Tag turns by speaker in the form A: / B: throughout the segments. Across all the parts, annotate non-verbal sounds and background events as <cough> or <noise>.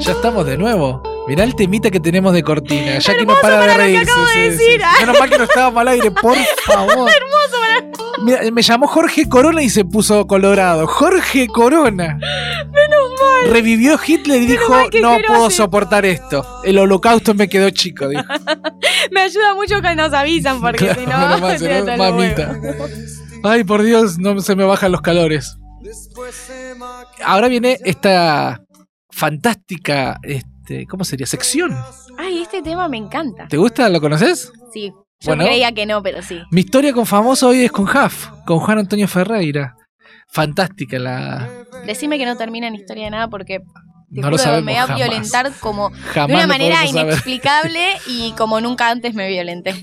A: ya estamos de nuevo. Mirá el temita que tenemos de cortina, ya que no para de
B: para lo que
A: reírse.
B: acabo de decir.
A: Menos mal que no estábamos al aire,
B: <laughs>
A: por favor.
B: Hermoso para
A: Mira, me llamó Jorge Corona y se puso colorado. Jorge Corona.
B: menos mal.
A: Revivió Hitler y
B: Menos
A: dijo,
B: mal que
A: no
B: Jerónimo-
A: puedo soportar esto. El holocausto me quedó chico, dijo.
B: Me ayuda mucho que nos avisan <laughs> porque
A: Claro, <laughs>
B: si
A: menos
B: <laughs>
A: mal,
B: no,
A: si no,
B: te atan los
A: mamita.
B: huevos.
A: Ay, por Dios, no se me bajan los calores. Ahora viene esta fantástica, este, ¿cómo sería? Sección.
B: Ay, este tema me encanta.
A: ¿Te gusta? ¿Lo conoces?
B: Sí. Yo
A: Bueno.
B: creía que no, pero sí.
A: Mi historia con famoso hoy es con Huff, con Juan Antonio Ferreira. Fantástica la...
B: Decime que no termina en historia de nada porque te
A: No lo
B: juro,
A: sabemos
B: me va a
A: jamás.
B: violentar como
A: Jamás
B: de una
A: lo
B: manera
A: podemos saber. <laughs>
B: inexplicable y como nunca antes me violenté.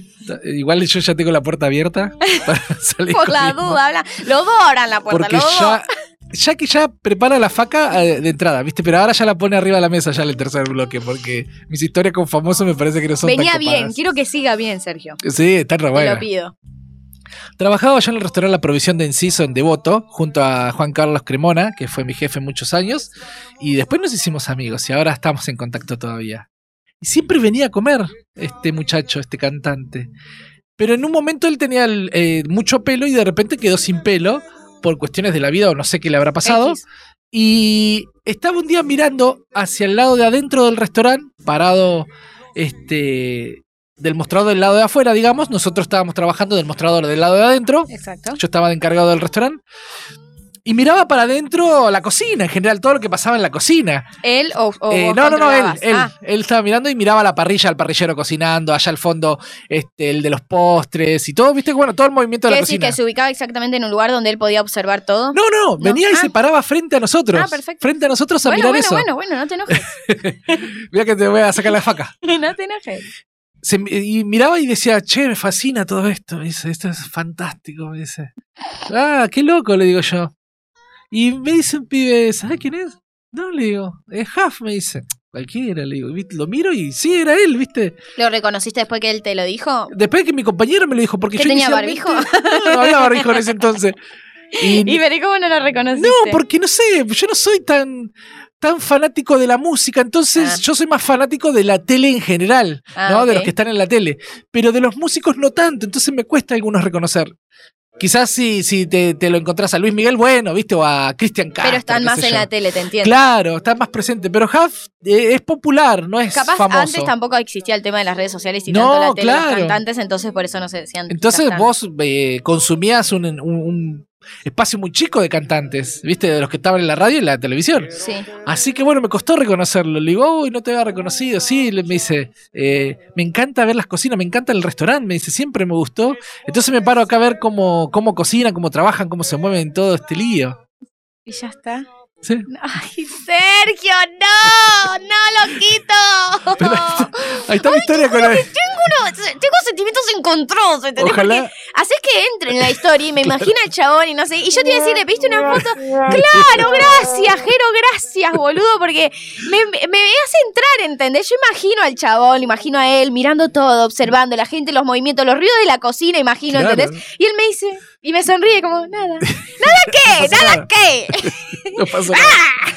A: Igual yo ya tengo la puerta
B: <laughs>
A: abierta para salir.
B: Por
A: con
B: la
A: Isma.
B: duda, habla. Los dos abran la puerta,
A: Porque
B: los dos.
A: ya, ya que ya prepara la faca eh, de entrada, ¿viste? Pero ahora ya la pone arriba de la mesa ya en el tercer bloque, porque mis historias con famosos me parece que no son
B: Venía
A: tan
B: bien,
A: copadas.
B: quiero que siga bien, Sergio.
A: Sí, está re
B: Te
A: buena.
B: lo pido.
A: Trabajaba yo en el restaurante La Provisión de Enciso en Devoto, junto a Juan Carlos Cremona, que fue mi jefe muchos años, y después nos hicimos amigos y ahora estamos en contacto todavía. Y siempre venía a comer este muchacho, este cantante. Pero en un momento él tenía el, eh, mucho pelo y de repente quedó sin pelo por cuestiones de la vida o no sé qué le habrá pasado.
B: X.
A: Y estaba un día mirando hacia el lado de adentro del restaurante, parado este, del mostrador del lado de afuera, digamos. Nosotros estábamos trabajando del mostrador del lado de adentro.
B: Exacto.
A: Yo estaba de encargado del restaurante. Y miraba para adentro la cocina, en general todo lo que pasaba en la cocina.
B: Él o, o
A: Eh,
B: vos
A: no, no, no, él,
B: controlabas?
A: él,
B: Ah,
A: él estaba mirando y miraba la parrilla, al parrillero cocinando, allá al fondo este, el de los postres y todo, viste, bueno, todo el movimiento de
B: ¿Quiere
A: la
B: decir
A: cocina.
B: que se ubicaba exactamente en un lugar donde él podía observar todo?
A: No, no, venía y
B: ah.
A: se paraba frente a nosotros.
B: Ah, perfecto.
A: Frente a nosotros a mirar
B: bueno, bueno,
A: eso.
B: bueno, bueno, no te enojes.
A: <laughs>
B: <laughs>
A: Mira que te voy a sacar la faca.
B: no te enojes.
A: Se- y miraba y decía, che, me fascina todo esto. Me dice, esto es fantástico. Me dice, ah, qué loco, le digo yo. Y me dice un pibe, ¿sabes quién es? No, le digo, es Huff, me dice. Cualquiera, le digo. ¿viste? Lo miro y sí, era él, ¿viste?
B: ¿Lo reconociste después que él te lo dijo?
A: Después que mi compañero me lo dijo, porque
B: ¿Que
A: yo
B: tenía
A: inicialmente- <laughs>
B: barbijo? <laughs>
A: No, no había barbijo en ese entonces. Y-
B: Y veré cómo no lo reconociste.
A: no, porque no sé, yo no soy tan, tan fanático de la música, entonces
B: Ah.
A: yo soy más fanático de la tele en general.
B: Ah,
A: ¿no? De
B: ok.
A: los que están en la tele. Pero de los músicos no tanto, entonces me cuesta algunos reconocer. Quizás si, si te, te lo encontrás a Luis Miguel, bueno, viste, o a Cristian Castro.
B: Pero están
A: qué
B: más
A: sé
B: en
A: yo.
B: la tele, te entiendo.
A: Claro, están más presentes. Pero Huff eh, es popular, no es
B: Capaz
A: famoso.
B: antes tampoco existía el tema de las redes sociales y
A: No,
B: tanto la tele y los
A: claro.
B: cantantes, entonces por eso no se decían.
A: entonces
B: ya está.
A: vos eh, consumías un, un- un espacio muy chico de cantantes, viste, de los que estaban en la radio y la televisión.
B: Sí.
A: Así que bueno, me costó reconocerlo. Le digo, uy, no te había reconocido. Sí, le- me dice, eh, me encanta ver las cocinas, me encanta el restaurante, me dice, siempre me gustó. Entonces me paro acá a ver cómo, cómo cocinan, cómo trabajan, cómo se mueven todo este lío.
B: Y ya está.
A: Sí.
B: ¡Ay, Sergio! ¡No! ¡No lo quito!
A: <laughs> Pero ahí está- ahí está mi historia con la-
B: <laughs> No, se- tengo sentimientos encontrados, ¿entendés?
A: Ojalá.
B: Haces que entre en la historia
A: <laughs>
B: y me imagino al chabón y no sé. Y yo te iba a decir, ¿le viste una foto? Claro, gracias, Jero, gracias, boludo, porque me, me, me hace entrar, ¿entendés? Yo imagino al chabón, imagino a él mirando todo, observando la gente, los movimientos, los ruidos de la cocina, imagino,
A: Claro.
B: ¿entendés? Y él me dice, y me sonríe como,
A: <laughs>
B: nada.
A: No
B: ¿Nada qué?
A: pasa
B: ¿Nada
A: nada.
B: qué?
A: No pasó nada.
B: ¡Ah!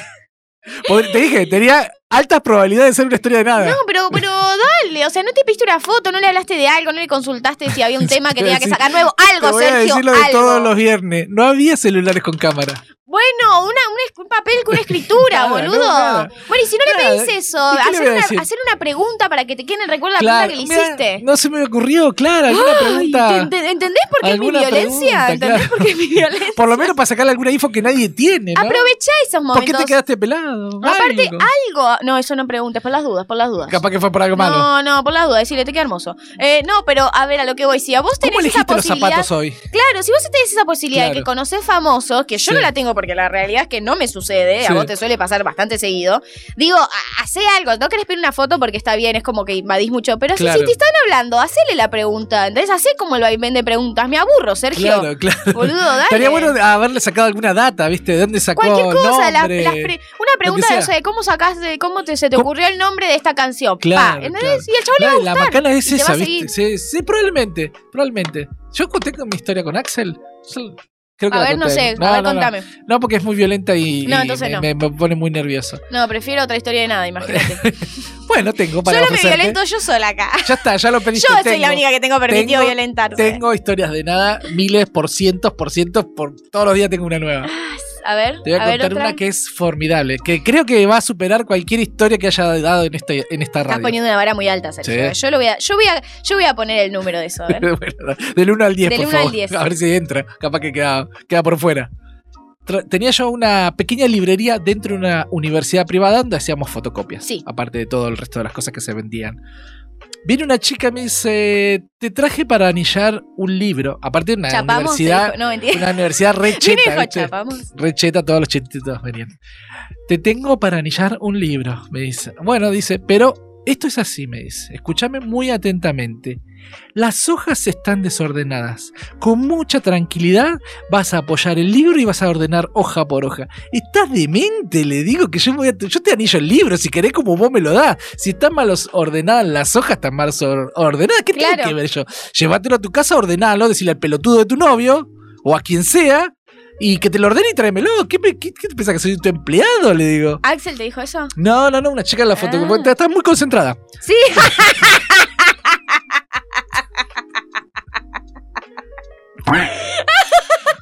A: Pod- Te dije, tenía altas probabilidades de ser una historia de nada.
B: No, pero, pero dale, o sea, no te pediste una foto, no le hablaste de algo, no le consultaste
A: <laughs>
B: si había un tema que
A: Te voy a
B: tenía que
A: decir-
B: sacar nuevo,
A: Te
B: algo,
A: voy a
B: Sergio,
A: decir lo de
B: algo.
A: todos los viernes. No había celulares con cámara.
B: Bueno, una, una- un papel
A: <laughs>
B: con una escritura,
A: Nada,
B: boludo.
A: no, nada.
B: bueno, y si no le
A: Nada.
B: pedís eso,
A: ¿Y qué le voy
B: hacer
A: a
B: una,
A: decir?
B: hacer una pregunta para que te queden recuerdo la pregunta que le
A: mirá,
B: hiciste.
A: no se me ocurrió, claro, alguna
B: Ay,
A: pregunta.
B: ¿te ente- ¿Entendés por qué es mi
A: Alguna
B: violencia?
A: pregunta,
B: ¿Entendés
A: claro.
B: por qué es mi violencia?
A: <laughs> Por lo menos para sacarle alguna info que nadie tiene, ¿no?
B: Aprovechá esos
A: ¿Por qué
B: momentos.
A: te quedaste pelado?
B: Aparte,
A: Algo.
B: algo. No, eso no preguntes, por las dudas, por las dudas.
A: Capaz que fue por algo malo.
B: no, no, por las dudas, decirle, te queda hermoso. Eh, no, pero a ver, a lo que voy, si a vos
A: ¿Cómo
B: tenés esa
A: elegiste los
B: posibilidad.
A: zapatos hoy?
B: Claro, si vos tenés esa posibilidad de que
A: Claro.
B: conoces famosos, que yo
A: Sí.
B: no la tengo porque la realidad es que no me sucede, a
A: Sí.
B: vos te suele pasar bastante seguido, digo, ha- hacé algo, no querés pedir una foto porque está bien, es como que invadís mucho, pero si-
A: Claro.
B: si te están hablando, hacele la pregunta, entonces hacé como el vaivén de preguntas, me aburro, Sergio.
A: Claro, claro.
B: <laughs> Boludo, dale.
A: Estaría bueno haberle sacado alguna data, ¿viste? ¿De dónde sacó
B: Cualquier cosa, las-
A: nombre?
B: las pre- una pregunta
A: sea.
B: de, o sea, cómo sacaste, cómo te, se te
A: ¿Cómo?
B: ocurrió el nombre de esta canción.
A: Claro,
B: pa, ¿entendés?
A: claro.
B: Y el chabón le va a
A: Claro, la
B: gustar.
A: macana es
B: y te va
A: esa,
B: a
A: ¿viste? Sí, sí, probablemente, probablemente. Yo conté con mi historia con Axel. Yo Creo que
B: A
A: la
B: ver, no
A: conté.
B: sé, a ver,
A: no, no.
B: contame.
A: No, porque es muy violenta y,
B: No,
A: y
B: entonces
A: me,
B: no.
A: me- me pone muy nervioso.
B: No, prefiero otra historia de nada, imagínate.
A: Bueno, tengo <laughs> para
B: Solo me
A: ofrecerte.
B: violento yo sola acá.
A: Ya está, ya lo
B: Yo
A: pediste.
B: soy
A: tengo.
B: la única que tengo permitido
A: tengo-
B: violentarse.
A: Tengo historias de nada, miles, por cientos, por cientos, por todos los días tengo una nueva.
B: A ver,
A: Te voy a,
B: a, ver
A: contar
B: otra.
A: una que es formidable, que creo que va a superar cualquier historia que haya dado en esta, en esta
B: Estás
A: radio.
B: poniendo una vara muy alta, Sergio.
A: Sí.
B: Yo, lo voy a, yo, voy a, yo voy a poner el número de eso, a ver.
A: <laughs> Bueno, del 1 al 10,
B: Del
A: por
B: 1 al
A: favor.
B: 10.
A: A ver si entra. Capaz que queda, queda por fuera. Tra- Tenía yo una pequeña librería dentro de una universidad privada donde hacíamos fotocopias.
B: Sí.
A: Aparte de todo el resto de las cosas que se vendían. Viene una chica y me dice: Te traje para anillar un libro. Aparte de una
B: <laughs> Chapamos. te
A: universidad.
B: dijo- no, mentira.
A: Una universidad re
B: <laughs> ¿Quién
A: cheta,
B: dijo
A: ¿viste?
B: chapamos?
A: Re cheta, todos los chetitos venían. Te tengo para anillar un libro, me dice. Bueno, dice, pero esto es así, me dice. Escúchame muy atentamente. Las hojas están desordenadas. Con mucha tranquilidad vas a apoyar el libro y vas a ordenar hoja por hoja. Estás demente, le digo que yo, me voy a- yo te anillo el libro, si querés como vos me lo das. Si están mal os- ordenadas las hojas, están mal sor- ordenadas. ¿Qué tengo
B: Claro.
A: que ver yo? Llévatelo a tu casa, ordenalo, decirle al pelotudo de tu novio o a quien sea y que te lo ordene y tráemelo. ¿Qué, pe- qué, qué te pensás que soy tu empleado? Le digo.
B: ¿Axel te dijo eso?
A: No, no, no, una chica en la foto.
B: Ah.
A: porque Está muy concentrada.
B: <laughs> Sí.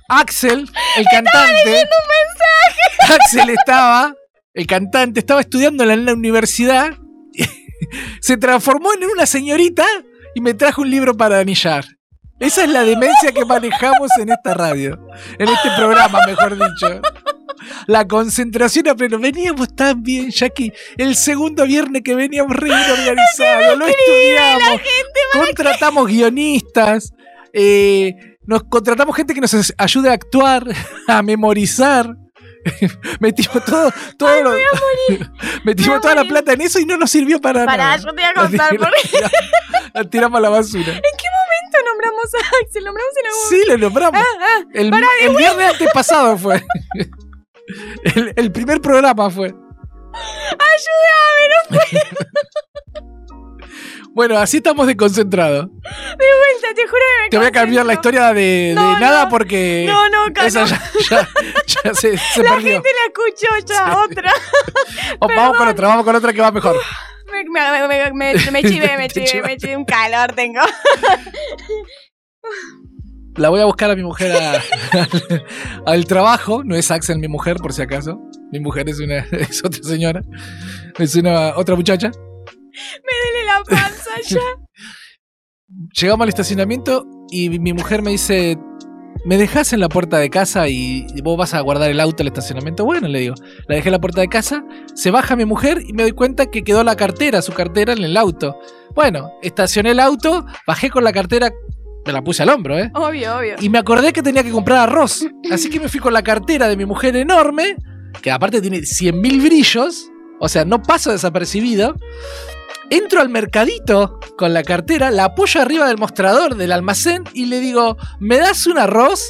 A: Axel, el cantante. Axel estaba, el cantante, estaba estudiando en la universidad. se transformó en una señorita y me trajo un libro para anillar. Esa es la demencia que manejamos en esta radio. En este programa, mejor dicho. La concentración a pleno. Veníamos tan bien, Jackie. El segundo viernes que veníamos
B: <laughs>
A: re bien organizados. Lo estudiamos. Contratamos guionistas. eh, nos contratamos gente que nos as- ayude a actuar, <laughs> a memorizar. <laughs> Metimos todo, todo lo-
B: Me
A: <laughs> metimos
B: voy a
A: toda la
B: morir.
A: plata en eso y no nos sirvió para, nada.
B: Pará,
A: <laughs>
B: yo te voy a contar.
A: La
B: ¿Por qué
A: tiramos- La tiramos a la
B: <laughs>
A: basura.
B: esto nombramos a Axel? ¿Nombramos en algún
A: Sí, lo nombramos.
B: Ah, ah.
A: El, el viernes antepasado fue. <laughs> El, el primer programa fue.
B: ah, Ayúdame, no
A: Bueno, así estamos desconcentrados.
B: puedo, te juro que me
A: Te voy a cambiar la
B: concentro.
A: historia de, de
B: No,
A: nada
B: no.
A: porque.
B: No, no, ca-
A: Esa
B: no.
A: ya, ya- ya
B: <laughs>
A: se, se
B: La
A: perdió.
B: gente la
A: <laughs>
B: escuchó ya, otra.
A: O vamos con otra, vamos con otra que va mejor.
B: Me, me, me, me, me chivé, me
A: <laughs> Te
B: chivé, me chivé. Un calor tengo. <laughs>
A: La voy a buscar a mi mujer a- <laughs> al, al trabajo. No es Axel mi mujer, por si acaso. Mi mujer es una <laughs> es otra señora. Es una otra muchacha.
B: Me duele la panza
A: <laughs>
B: ya.
A: Llegamos al estacionamiento y mi mujer me dice, ¿me dejas en la puerta de casa y vos vas a guardar el auto al estacionamiento? Bueno, le digo, la dejé en la puerta de casa, se baja mi mujer y me doy cuenta que quedó la cartera, su cartera en el auto. Bueno, estacioné el auto, bajé con la cartera, me la puse al hombro, ¿eh?
B: Obvio, obvio.
A: Y me acordé que tenía que comprar arroz. Así que me fui con la cartera de mi mujer enorme, que aparte tiene 100.000 brillos, o sea, no paso desapercibido. Entro al mercadito con la cartera, la apoyo arriba del mostrador del almacén y le digo, ¿me das un arroz?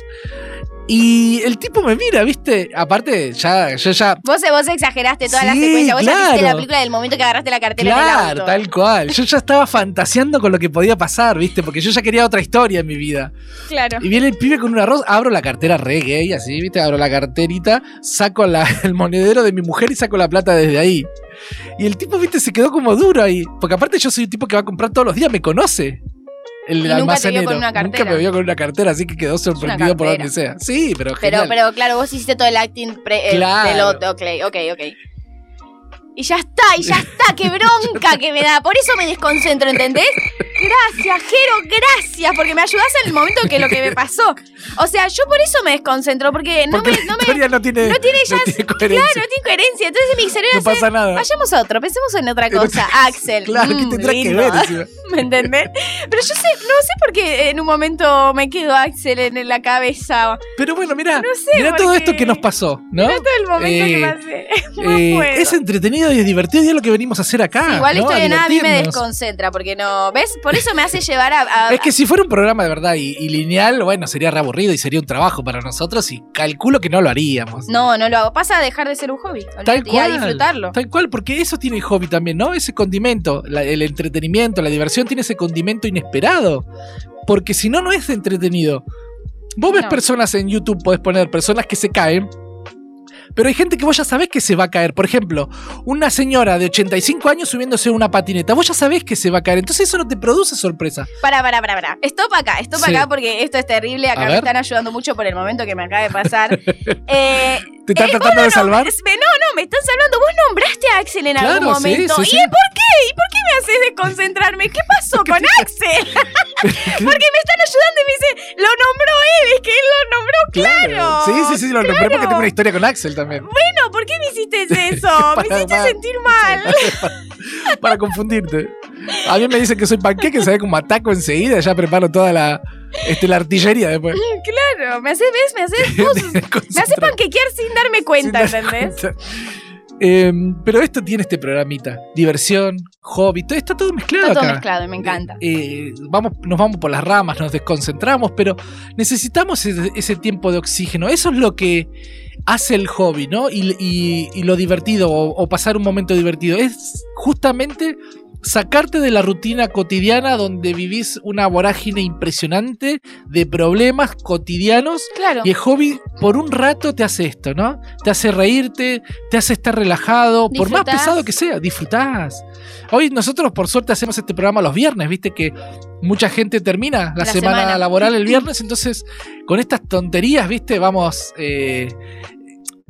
A: Y el tipo me mira, ¿viste? Aparte, ya, yo ya
B: Vos, vos exageraste toda la
A: Sí,
B: secuencia. Vos ya te hiciste la
A: claro.
B: película del momento que agarraste la cartera en el
A: Claro,
B: auto.
A: tal cual. Yo ya estaba fantaseando con lo que podía pasar, ¿viste? Porque yo ya quería otra historia en mi vida.
B: Claro.
A: Y viene el pibe con un arroz, abro la cartera re gay, así, ¿viste? Abro la carterita, saco la- <laughs> el monedero de mi mujer y saco la plata desde ahí. Y el tipo, ¿viste? Se quedó como duro ahí. Porque aparte yo soy un tipo que va a comprar todos los días, me conoce. El
B: Y nunca te vio
A: almacenero.
B: con una
A: nunca me
B: cartera.
A: vio con una cartera, así que quedó sorprendido por
B: cartera.
A: donde sea. Sí, pero
B: Pero,
A: genial.
B: pero claro, vos hiciste todo el acting pre, el-
A: Claro.
B: del otro. Ok, ok, ok. Y ya está, y ya está, qué bronca que me da. Por eso me desconcentro, ¿entendés? Gracias, Jero, gracias, porque me ayudás en el momento que lo que me pasó. O sea, yo por eso me desconcentro, porque no
A: Porque
B: me.
A: la <laughs>
B: No, me,
A: historia no tiene,
B: no tiene ya-
A: coherencia.
B: claro, no tiene coherencia. Entonces mi cerebro
A: no
B: hace,
A: pasa nada.
B: Vayamos a otro, pensemos en otra
A: En
B: cosa.
A: <laughs>
B: Axel.
A: Claro, ¿qué
B: mm,
A: tendrá que
B: lindo.
A: ver? encima?
B: ¿Me entendés? Pero yo sé, no sé por qué en un momento me quedó Axel en la cabeza.
A: Pero bueno, mirá,
B: <laughs> No sé,
A: mirá todo
B: porque-
A: esto que nos pasó, ¿no?
B: Todo el momento
A: Eh,
B: que <laughs> pasé. No
A: Eh,
B: puedo.
A: es entretenido y es divertido y es lo que venimos a hacer acá.
B: Igual
A: ¿no?
B: esto de nada a mí me
A: divertirnos.
B: desconcentra, porque no. ¿Ves? Por eso me hace llevar a. a-
A: Es que si fuera un programa de verdad y, y lineal, bueno, sería reaburrido y sería un trabajo para nosotros y calculo que no lo haríamos.
B: No, no lo hago. Pasa a dejar de ser un hobby.
A: Tal
B: olvídate, Y a
A: cual.
B: disfrutarlo.
A: Tal cual, porque eso tiene el hobby también, ¿no? Ese condimento, la- el entretenimiento, la diversión tiene ese condimento inesperado. Porque si no, no es entretenido. Vos ves
B: No.
A: personas en YouTube, podés poner personas que se caen. Pero hay gente que vos ya sabés que se va a caer. Por ejemplo, una señora de 85 años subiéndose a una patineta. Vos ya sabés que se va a caer. Entonces eso no te produce sorpresa.
B: Pará, pará, pará, pará. Stop acá, stop
A: Sí.
B: acá porque esto es terrible.
A: A
B: Acá me
A: ver.
B: están ayudando mucho por el momento que me acaba
A: <laughs>
B: de pasar. eh,
A: ¿Te están
B: Eh,
A: tratando de
B: no,
A: salvar?
B: es- me- No, no, me están salvando. Vos nombraste a Axel en
A: Claro,
B: algún
A: sí,
B: momento.
A: sí,
B: ¿Y
A: sí.
B: el por qué? ¿Y por qué me haces desconcentrarme? ¿Qué pasó con Axel?
A: <laughs>
B: Porque me están ayudando y me dicen, lo nombró él, es que él lo nombró, claro.
A: Sí, sí, sí, lo nombré porque
B: claro.
A: tengo una historia con Axel también.
B: Bueno, ¿por qué me hiciste
A: <laughs>
B: eso? Me
A: Para,
B: hiciste
A: para.
B: sentir mal.
A: Para confundirte. A mí me dicen que soy panqueque, se ve como ataco enseguida. Ya preparo toda la, este, la artillería después.
B: <laughs> claro, me haces, ¿ves? Me
A: <laughs>
B: haces, vos- me haces panquequear sin darme cuenta,
A: Sin dar
B: ¿entendés?
A: cuenta. Em, pero esto tiene este programita. Diversión, hobby, todo, está todo mezclado
B: Está todo
A: acá.
B: mezclado, y me encanta.
A: Eh, vamos, nos vamos por las ramas, nos desconcentramos, pero necesitamos ese, ese tiempo de oxígeno. Eso es lo que hace el hobby, ¿no? Y, y- y lo divertido, o, o pasar un momento divertido. Es justamente sacarte de la rutina cotidiana donde vivís una vorágine impresionante de problemas cotidianos
B: Claro.
A: y el hobby por un rato te hace esto, ¿no? Te hace reírte, te hace estar relajado, por más
B: Disfrutás.
A: pesado que sea, disfrutás. Hoy nosotros por suerte hacemos este programa los viernes, viste que mucha gente termina la,
B: La
A: semana,
B: semana.
A: laboral
B: <clears throat>
A: el viernes, entonces con estas tonterías, viste, vamos eh,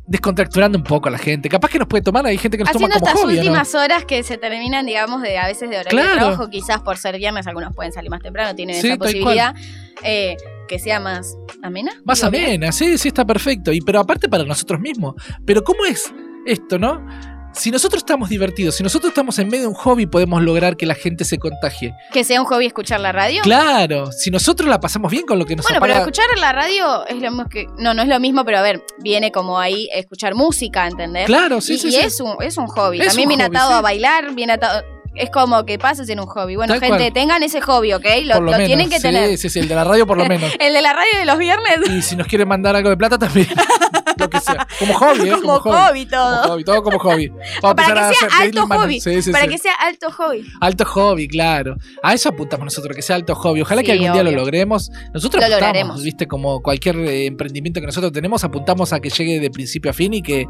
A: descontracturando un poco a la gente. Capaz que nos puede tomar, hay gente que nos
B: Haciendo
A: toma como
B: estas
A: hobby, ¿o ¿no?
B: últimas horas que se terminan, digamos, de a veces de horario de
A: Claro.
B: trabajo, quizás por ser viernes, algunos pueden salir más temprano, tienen
A: Sí,
B: esa
A: tal
B: posibilidad, eh, que sea más amena.
A: Más
B: digo, bien.
A: amena, sí, sí, está perfecto. Y pero aparte para nosotros mismos. Pero ¿cómo es esto, no? Si nosotros estamos divertidos, si nosotros estamos en medio de un hobby, podemos lograr que la gente se contagie.
B: Que sea un hobby escuchar la radio.
A: Claro, si nosotros la pasamos bien con lo que nos
B: Bueno, pero
A: apaga-
B: escuchar la radio es lo mismo que. No, no es lo mismo, pero a ver, viene como ahí escuchar música, ¿entendés?
A: Claro, sí,
B: ¿eh? y
A: sí,
B: y
A: sí.
B: Es, un, es un hobby.
A: Es
B: También
A: un
B: viene
A: hobby,
B: atado
A: sí.
B: a bailar, viene atado. Es como que pases en un hobby. Bueno,
A: Tal
B: gente,
A: cual.
B: tengan ese hobby, ¿ok? Lo,
A: Por lo
B: lo
A: menos.
B: tienen que
A: sí,
B: tener.
A: Sí, sí, el de la radio por
B: <laughs>
A: lo menos.
B: El de la radio de los viernes,
A: Y si nos quieren mandar algo de plata también. <laughs> lo que sea. Como hobby,
B: <laughs>
A: ¿eh?
B: como, hobby, todo.
A: Como hobby, todo como hobby. Vamos a
B: <laughs> Para
A: empezar
B: que
A: a
B: sea
A: hacer- pedirle
B: alto
A: mano.
B: hobby,
A: Sí, sí,
B: Para
A: sí.
B: que sea alto hobby.
A: Alto hobby, claro. A eso apuntamos nosotros, que sea alto hobby. Ojalá que
B: Sí,
A: algún día lo
B: obvio.
A: logremos. Nosotros
B: Lo
A: apuntamos,
B: lograremos.
A: viste, como cualquier eh, emprendimiento que nosotros tenemos, apuntamos a que llegue de principio a fin y que,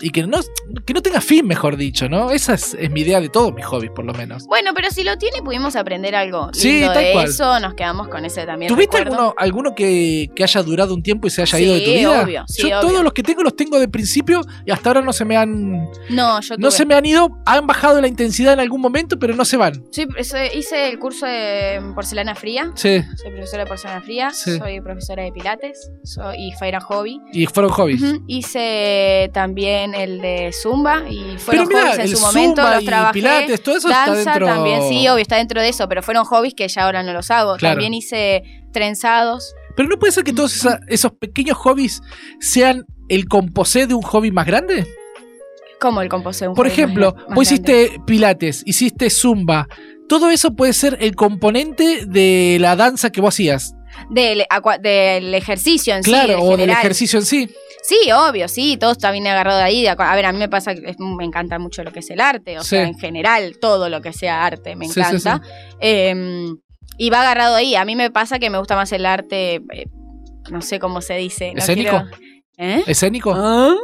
A: y que, no, que no tenga fin, mejor dicho, ¿no? Esa es, es mi idea de todos mis hobbies, por lo menos.
B: Bueno, pero si lo tiene, pudimos aprender algo.
A: Sí,
B: lindo
A: tal
B: de
A: cual.
B: eso, nos quedamos con ese también.
A: ¿Tuviste
B: recuerdo.
A: alguno, alguno que, que haya durado un tiempo y se haya
B: Sí,
A: ido de tu vida?
B: obvio, sí,
A: Yo
B: obvio.
A: todos los que tengo los tengo de principio y hasta ahora no se me han,
B: No, yo tuve.
A: no se me han ido. Han bajado la intensidad en algún momento, pero no se van.
B: Soy- soy- hice el curso de porcelana fría.
A: Sí,
B: Soy profesora de porcelana fría.
A: Sí.
B: Soy profesora de pilates. Soy, y fue- era hobby.
A: y fueron hobbies.
B: Ujú. Hice también el de zumba. Y fueron
A: mirá,
B: hobbies en
A: el
B: su momento.
A: Zumba
B: Los
A: y
B: trabajé.
A: Pilates, todo eso
B: Danza
A: está dentro.
B: también, sí, obvio, está dentro de eso. Pero fueron hobbies que ya ahora no los hago.
A: Claro.
B: También hice trenzados.
A: Pero no puede ser que todos esa- esos pequeños hobbies sean el composé de un hobby más grande.
B: Como el composé. un
A: Por
B: hobby más
A: ejemplo,
B: gran- más
A: vos
B: grande.
A: hiciste pilates, hiciste zumba. Todo eso puede ser el componente de la danza que vos hacías.
B: Del, acua- del ejercicio en sí.
A: claro,
B: en
A: o del
B: general.
A: ejercicio en sí.
B: Sí, obvio, sí, todo está bien agarrado de ahí. de acu- a ver, a mí me pasa que es- me encanta mucho lo que es el arte, o
A: Sí.
B: sea, en general, todo lo que sea arte, me
A: Sí, sí,
B: encanta. Eh, y va agarrado ahí. A mí me pasa que me gusta más el arte, eh, no sé cómo se dice. no
A: ¿Escénico?
B: quiero- ¿Eh?
A: ¿Escénico?
B: ¿Ah?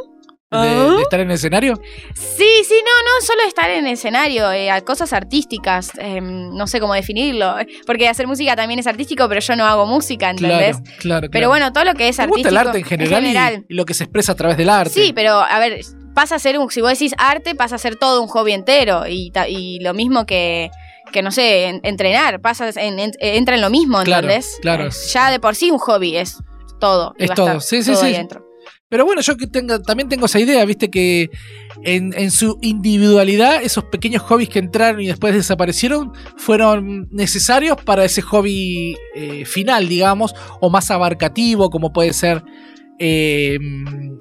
A: De, de estar en el escenario.
B: Sí, sí, no, no, solo estar en escenario, eh, a cosas artísticas, eh, no sé cómo definirlo, eh, porque hacer música también es artístico, pero yo no hago música, ¿entendés?
A: Claro, claro,
B: Pero bueno, todo lo que es
A: Me
B: artístico.
A: gusta el arte en general, y- Y, lo que se expresa a través del arte.
B: Sí, pero a ver, pasa a ser un, si vos decís arte, pasa a ser todo un hobby entero y, ta- y lo mismo que, que no sé, en- entrenar, pasa en- en- entra en lo mismo,
A: Claro,
B: ¿entendés?
A: claro.
B: Eh, Ya de por sí un hobby es todo. y
A: Es
B: va a
A: todo,
B: estar
A: sí, sí,
B: todo
A: sí.
B: ahí dentro.
A: Pero bueno, yo que tenga, también tengo esa idea, viste que en, en su individualidad, esos pequeños hobbies que entraron y después desaparecieron fueron necesarios para ese hobby eh, final, digamos, o más abarcativo, como puede ser eh,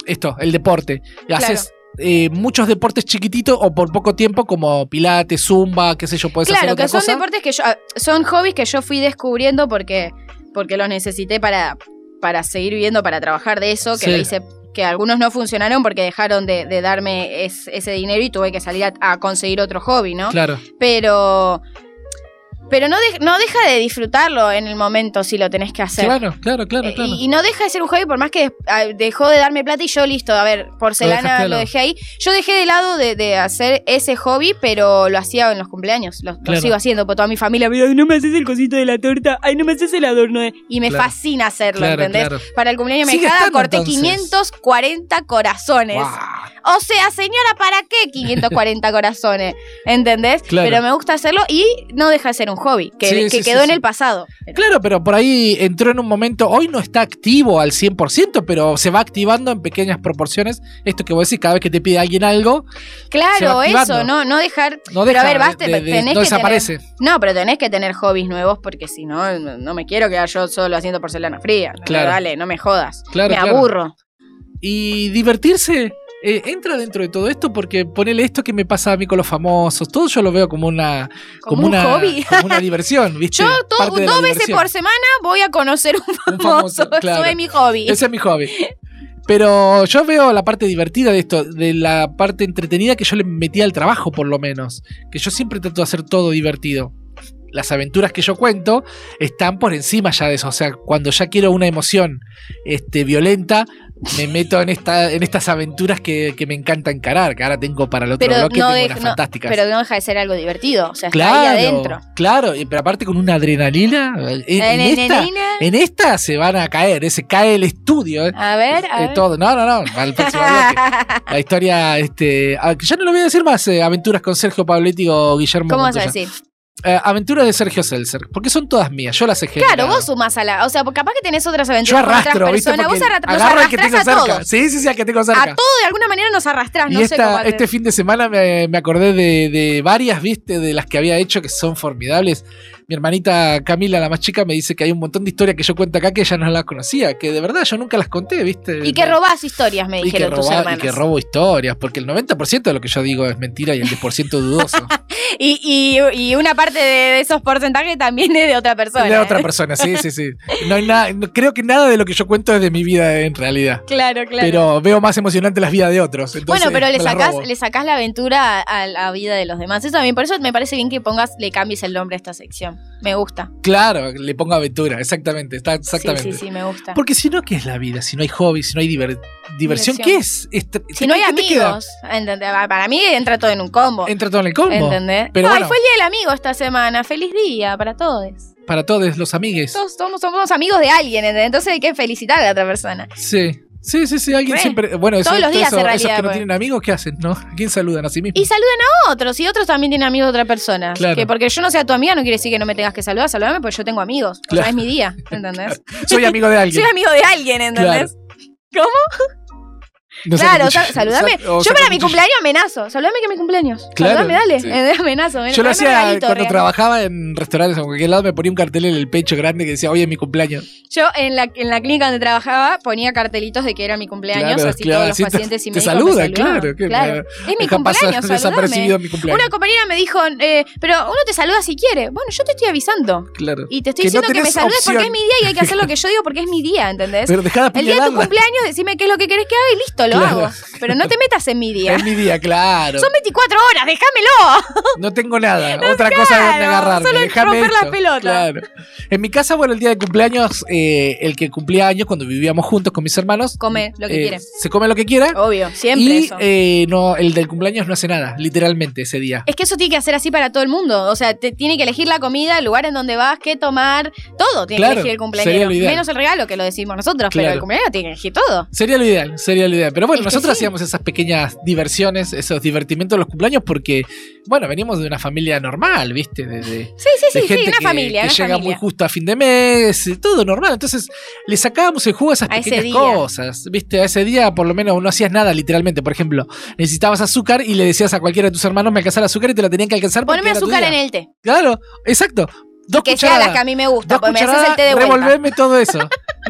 A: esto, el deporte. Haces eh, muchos deportes chiquititos o por poco tiempo, como pilates, zumba, qué sé yo, puedes hacer
B: Claro,
A: otra
B: que son
A: cosa.
B: deportes que yo, ah, son hobbies que yo fui descubriendo porque, porque los necesité para, para seguir viviendo, para trabajar de eso, que
A: Sí.
B: lo hice que algunos no funcionaron porque dejaron de, de darme es- ese dinero y tuve que salir a, a conseguir otro hobby, ¿no?
A: Claro.
B: Pero Pero no, de- no deja de disfrutarlo en el momento si lo tenés que hacer.
A: Claro, claro, claro,
B: Eh,
A: claro.
B: Y, y no deja de ser un hobby, por más que des- ah, dejó de darme plata y yo listo, a ver,
A: Lo dejaste
B: porcelana
A: de
B: lo,
A: lado.
B: dejé ahí. Yo dejé de lado de, de hacer ese hobby, pero lo hacía en los cumpleaños, lo, lo
A: Claro.
B: sigo haciendo, por toda mi familia, ay, no me haces el cosito de la torta, ay, no me haces el adorno. eh". Y me
A: Claro.
B: fascina hacerlo,
A: Claro,
B: ¿entendés?
A: claro.
B: Para el cumpleaños de mi
A: Sigue
B: hijada
A: estando,
B: corté
A: entonces.
B: 540 corazones.
A: Guau.
B: O sea, señora, ¿para qué 540 corazones? ¿Entendés?
A: Claro.
B: Pero me gusta hacerlo y no deja de ser un hobby, que,
A: Sí,
B: que
A: sí, sí,
B: quedó en
A: sí.
B: el pasado.
A: Claro, pero por ahí entró en un momento, hoy no está activo al 100%, pero se va activando en pequeñas proporciones. Esto que vos decís, cada vez que te pide alguien algo, Se
B: Claro,
A: va activando.
B: eso, no, no dejar
A: no
B: Pero
A: deja
B: a ver, basta,
A: de- de-
B: tenés que
A: no desaparece.
B: tener- no, pero tenés que tener hobbies nuevos porque si no, no no me quiero quedar yo solo haciendo porcelana fría. No,
A: Claro.
B: Dale, no me jodas.
A: Claro,
B: me
A: claro.
B: aburro.
A: Y divertirse eh, entra dentro de todo esto porque ponele esto que me pasa a mí con los famosos, todo yo lo veo como una
B: Como,
A: como
B: un
A: una, <laughs>
B: hobby.
A: como una diversión, ¿viste?
B: <laughs> Yo to-
A: Parte de la
B: dos veces
A: diversión.
B: por semana voy a conocer un
A: Un
B: famoso.
A: claro.
B: <laughs> Eso es mi hobby.
A: <laughs> Ese es mi hobby. Pero yo veo la parte divertida de esto, de la parte entretenida que yo le metí al trabajo, por lo menos. Que yo siempre trato de hacer todo divertido. Las aventuras que yo cuento están por encima ya de eso. O sea, cuando ya quiero una emoción este, violenta, me meto en, esta, en estas aventuras que, que me encanta encarar. Que ahora tengo para el otro
B: Pero
A: bloque,
B: no
A: tengo
B: de-
A: unas
B: no,
A: fantásticas.
B: Pero no deja de ser algo divertido. O sea, está ahí adentro.
A: claro, claro. y- Pero aparte con una adrenalina. eh, En, en esta,
B: Nenenina.
A: en esta se van a caer. eh, Se cae el estudio. eh.
B: A ver, a
A: Eh,
B: ver.
A: todo. No, no, no.
B: <laughs>
A: Al próximo bloque. La historia, este. ah, que Ya no lo voy a decir más, eh, aventuras con Sergio Pabletti o Guillermo.
B: ¿Cómo vas a
A: Montoya.
B: decir?
A: Eh, aventuras de Sergio Seltzer. Porque son todas mías. Yo las he
B: Claro,
A: generado.
B: vos sumás a la. O sea, porque capaz que tenés otras
A: Yo
B: aventuras con otras
A: arrastro, ¿viste?
B: personas.
A: Porque
B: Vos arrastras
A: agarro al que tengo
B: a
A: cerca.
B: todos.
A: Sí, sí, sí, al que tengo
B: A
A: cerca.
B: todos de alguna manera nos arrastrás.
A: y
B: No sé
A: esta-
B: cómo. hacer.
A: este fin de semana me, me acordé de, de varias, viste, de las que había hecho que son formidables. Mi hermanita Camila, la más chica, me dice que hay un montón de historias que yo cuento acá que ella no las conocía, que de verdad yo nunca las conté, viste.
B: Y que
A: No-
B: robás historias, me
A: Y que,
B: dijeron tus
A: roba-
B: hermanas.
A: y que robo historias, porque el 90% de lo que yo digo es mentira y el 10%
B: <laughs>
A: dudoso.
B: Y, y- y una parte de, de esos porcentajes también es de otra persona.
A: de otra
B: ¿eh?
A: persona, sí, sí, sí. No hay nada, no- creo que nada de lo que yo cuento es de mi vida en realidad.
B: <laughs> Claro, claro.
A: Pero veo más emocionante las vidas de otros. entonces
B: bueno, pero le
A: me las
B: sacás,
A: robo.
B: le sacás la aventura a la vida de los demás. Eso también, por eso me parece bien que pongas, le cambies el nombre a esta sección. Me gusta.
A: Claro, le pongo aventura, exactamente, está exactamente.
B: Sí, sí, sí, me gusta.
A: Porque si no, ¿qué es la vida? Si no hay hobby, si no hay diver- diversión,
B: Diversión.
A: ¿qué es? Este, Est-
B: si no hay
A: ¿qué te queda?
B: amigos, ¿entendés? Pa- para mí entra todo en un combo.
A: Entra todo en el combo.
B: ¿Entendés?
A: Pero
B: Ay,
A: bueno.
B: fue el día del amigo esta semana. Feliz día para todos.
A: Para todos los amigues.
B: Todos somos, somos amigos de alguien, ¿entendés? Entonces hay que felicitar a la otra persona.
A: Sí. Sí, sí, sí, alguien
B: Re.
A: siempre. Bueno, eso-
B: Todos los
A: todo
B: días,
A: eso-
B: en
A: esos
B: realidad,
A: que no
B: pues.
A: tienen amigos, ¿qué hacen? ¿No? ¿A quién saludan a sí mismos?
B: Y saluden a otros, y otros también tienen amigos de otra persona.
A: Claro.
B: Que porque yo no sea tu amiga no quiere decir que no me tengas que saludar, saludame porque yo tengo amigos. O sea,
A: Claro.
B: es mi día, ¿entendés?
A: <laughs> Soy amigo de alguien.
B: Soy amigo de alguien, ¿entendés?
A: No sé
B: claro,
A: mucho.
B: sa- saludame.
A: Sa- <laughs> o
B: yo para
A: saca
B: mi
A: cuchillo.
B: cumpleaños amenazo, saludame que es mi cumpleaños.
A: Claro,
B: saludame, dale,
A: sí.
B: eh, <laughs> amenazo. ven,
A: Yo lo
B: tráeme
A: hacía
B: regalito,
A: cuando
B: regalo.
A: trabajaba en restaurantes o en cualquier lado, me ponía un cartel en el pecho grande que decía, hoy es mi cumpleaños.
B: Yo en la, en la clínica donde trabajaba ponía cartelitos de que era mi cumpleaños,
A: Claro,
B: así
A: claro,
B: todos los
A: así te-
B: pacientes y
A: te
B: médicos me
A: saluda,
B: saludaban.
A: claro, que-
B: Es mi
A: Deja pasar <laughs>
B: cumpleaños, saludame.
A: desapercibido mi cumpleaños.
B: Una compañera me dijo, eh, pero uno te saluda si quiere. Bueno, yo te estoy avisando.
A: claro.
B: Y te estoy
A: Que no
B: diciendo que me
A: tenés
B: saludes porque es
A: opción.
B: mi día y hay que hacer lo que yo digo porque es mi día, ¿entendés?
A: Pero dejá de
B: el día de tu
A: apuñalarla.
B: cumpleaños, decime qué es lo que querés que haga y listo, lo
A: Claro.
B: hago. Pero no te metas en mi
A: <laughs>
B: día.
A: Es mi día, claro.
B: Son 24 horas, déjamelo.
A: <laughs> No tengo nada. Otra cosa de donde
B: claro,
A: agarrarme.
B: solo
A: Déjame
B: romper la
A: esto.
B: pelota.
A: Claro. En mi casa, bueno, el día de cumpleaños, eh, el que cumplía años, cuando vivíamos juntos con mis hermanos.
B: Come lo que
A: eh,
B: quiere.
A: Se come lo que quiera.
B: Obvio, siempre
A: y
B: eso.
A: eh, no, el del cumpleaños no hace nada, literalmente, ese día.
B: es que eso tiene que hacer así para todo el mundo. O sea, te tiene que elegir la comida, el lugar en donde vas, qué tomar, todo tiene
A: Claro,
B: que elegir el
A: sería
B: cumpleaños.
A: lo ideal.
B: Menos el regalo que lo decimos nosotros,
A: Claro.
B: pero el cumpleaños tiene que elegir todo.
A: Sería lo ideal, sería lo ideal. Pero bueno,
B: Es que
A: nosotros
B: sí.
A: hacíamos esas pequeñas diversiones, esos divertimientos en los cumpleaños porque, bueno, venimos de una familia normal, ¿viste? De, de-
B: Sí, sí,
A: de
B: sí, sí,
A: gente
B: una
A: que,
B: familia,
A: que
B: una
A: llega muy
B: familia.
A: justo a fin de mes, y todo normal. Entonces, le sacábamos el jugo a esas
B: A ese
A: pequeñas
B: día.
A: cosas, ¿viste? A ese día, por lo menos, no hacías nada, literalmente. Por ejemplo, necesitabas azúcar y le decías a cualquiera de tus hermanos me alcanza el azúcar y te la tenían que alcanzar porque
B: Poneme
A: era tu
B: azúcar
A: día.
B: en el té.
A: Claro, exacto. Dos
B: Que sea
A: cucharadas.
B: la que a mí me gusta,
A: Dos
B: porque me haces el
A: cucharadas,
B: té de vuelta.
A: revolveme todo eso.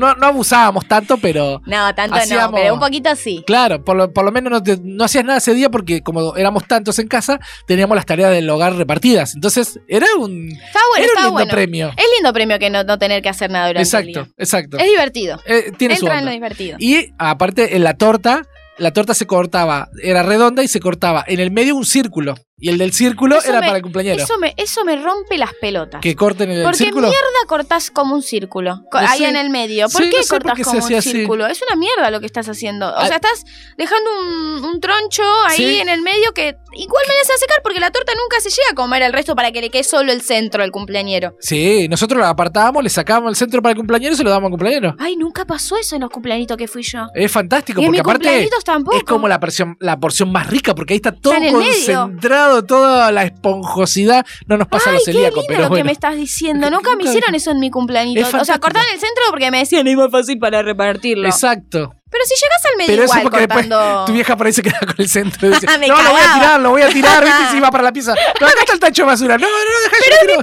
A: No, no abusábamos tanto, pero...
B: No, tanto
A: Hacíamos-
B: no, pero un poquito sí.
A: Claro, por lo, por lo menos no, te- no hacías nada ese día porque como éramos tantos en casa, teníamos las tareas del hogar repartidas. Entonces, era un,
B: Está
A: era
B: bueno,
A: un
B: está
A: lindo
B: bueno.
A: premio.
B: Es lindo premio que no, no tener que hacer nada durante el
A: Exacto,
B: día.
A: exacto.
B: Es divertido.
A: Eh, tiene su
B: Entra en lo
A: onda.
B: divertido.
A: Y aparte, en la torta, la torta se cortaba, era redonda y se cortaba en el medio un círculo. Y el del círculo
B: Eso
A: era
B: me-
A: para el cumpleañero.
B: Eso me, eso me rompe las pelotas.
A: Que corten el, del
B: Porque
A: círculo.
B: mierda cortás como un círculo? Co-
A: No
B: ahí
A: sé.
B: en el medio. ¿Por
A: Sí,
B: qué
A: no sé por
B: cortás
A: qué se
B: como
A: hacía
B: un
A: así.
B: círculo? Es una mierda lo que estás haciendo. O
A: Ah.
B: sea, estás dejando un, un troncho ahí
A: Sí.
B: en el medio que igual me a secar porque la torta nunca se llega a comer al resto para que le quede solo el centro al cumpleañero.
A: Sí, nosotros lo apartábamos, le sacábamos el centro para el cumpleañero y se lo damos al cumpleañero.
B: Ay, nunca pasó eso en los cumpleañitos que fui yo.
A: Es fantástico,
B: y en
A: porque
B: mis
A: aparte
B: cumpleañitos tampoco.
A: es como la porción, la porción más rica, porque ahí está todo
B: en el medio.
A: concentrado, toda la esponjosidad. No nos pasa a los
B: Ay, qué
A: celíacos,
B: lindo
A: pero
B: lo que
A: bueno.
B: me estás diciendo.
A: Nunca-
B: Nunca me
A: nunca-
B: hicieron eso en mi cumpleañito.
A: Es
B: O sea,
A: fantástico.
B: cortaban el centro porque me decían es más fácil para repartirlo.
A: Exacto.
B: Pero si llegas al medio
A: Pero eso
B: igual
A: porque después
B: cortando-
A: tu vieja por ahí se queda con el centro. y
B: <laughs>
A: dice,
B: Me
A: no, lo voy a
B: cagaba.
A: tirar, lo voy a tirar,
B: <laughs>
A: viste, si va para la pieza. No, acá está el tacho de basura. No, no, no, deja
B: Pero
A: yo
B: es
A: tiro.
B: mi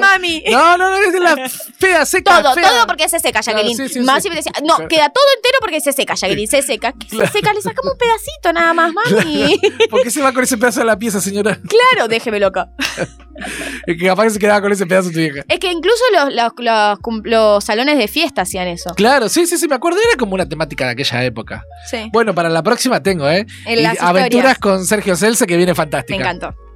A: No.
B: mami.
A: No, no, no, es de la fea, seca.
B: Todo,
A: fea.
B: todo porque se seca, Jacqueline.
A: Claro, sí, sí,
B: Más
A: sí.
B: y me decía, no,
A: Claro.
B: queda todo entero porque se seca, Jacqueline, se seca. ¿Qué se seca? Le sacamos un pedacito nada más, mami.
A: <laughs> ¿Por qué se va con ese pedazo de la pieza, señora?
B: <laughs>
A: <laughs>
B: Claro, déjeme loca.
A: Es que capaz que se quedaba con ese pedazo tu vieja.
B: Es que incluso los, los, los cum- los salones de fiesta hacían eso.
A: Claro, sí, sí, sí, me acuerdo. Era como una temática de aquella época.
B: Sí.
A: Bueno, para la próxima tengo, ¿eh?
B: En
A: Y
B: las
A: aventuras
B: historias.
A: con Sergio Celsa que viene
B: Me
A: fantástica.
B: encantó.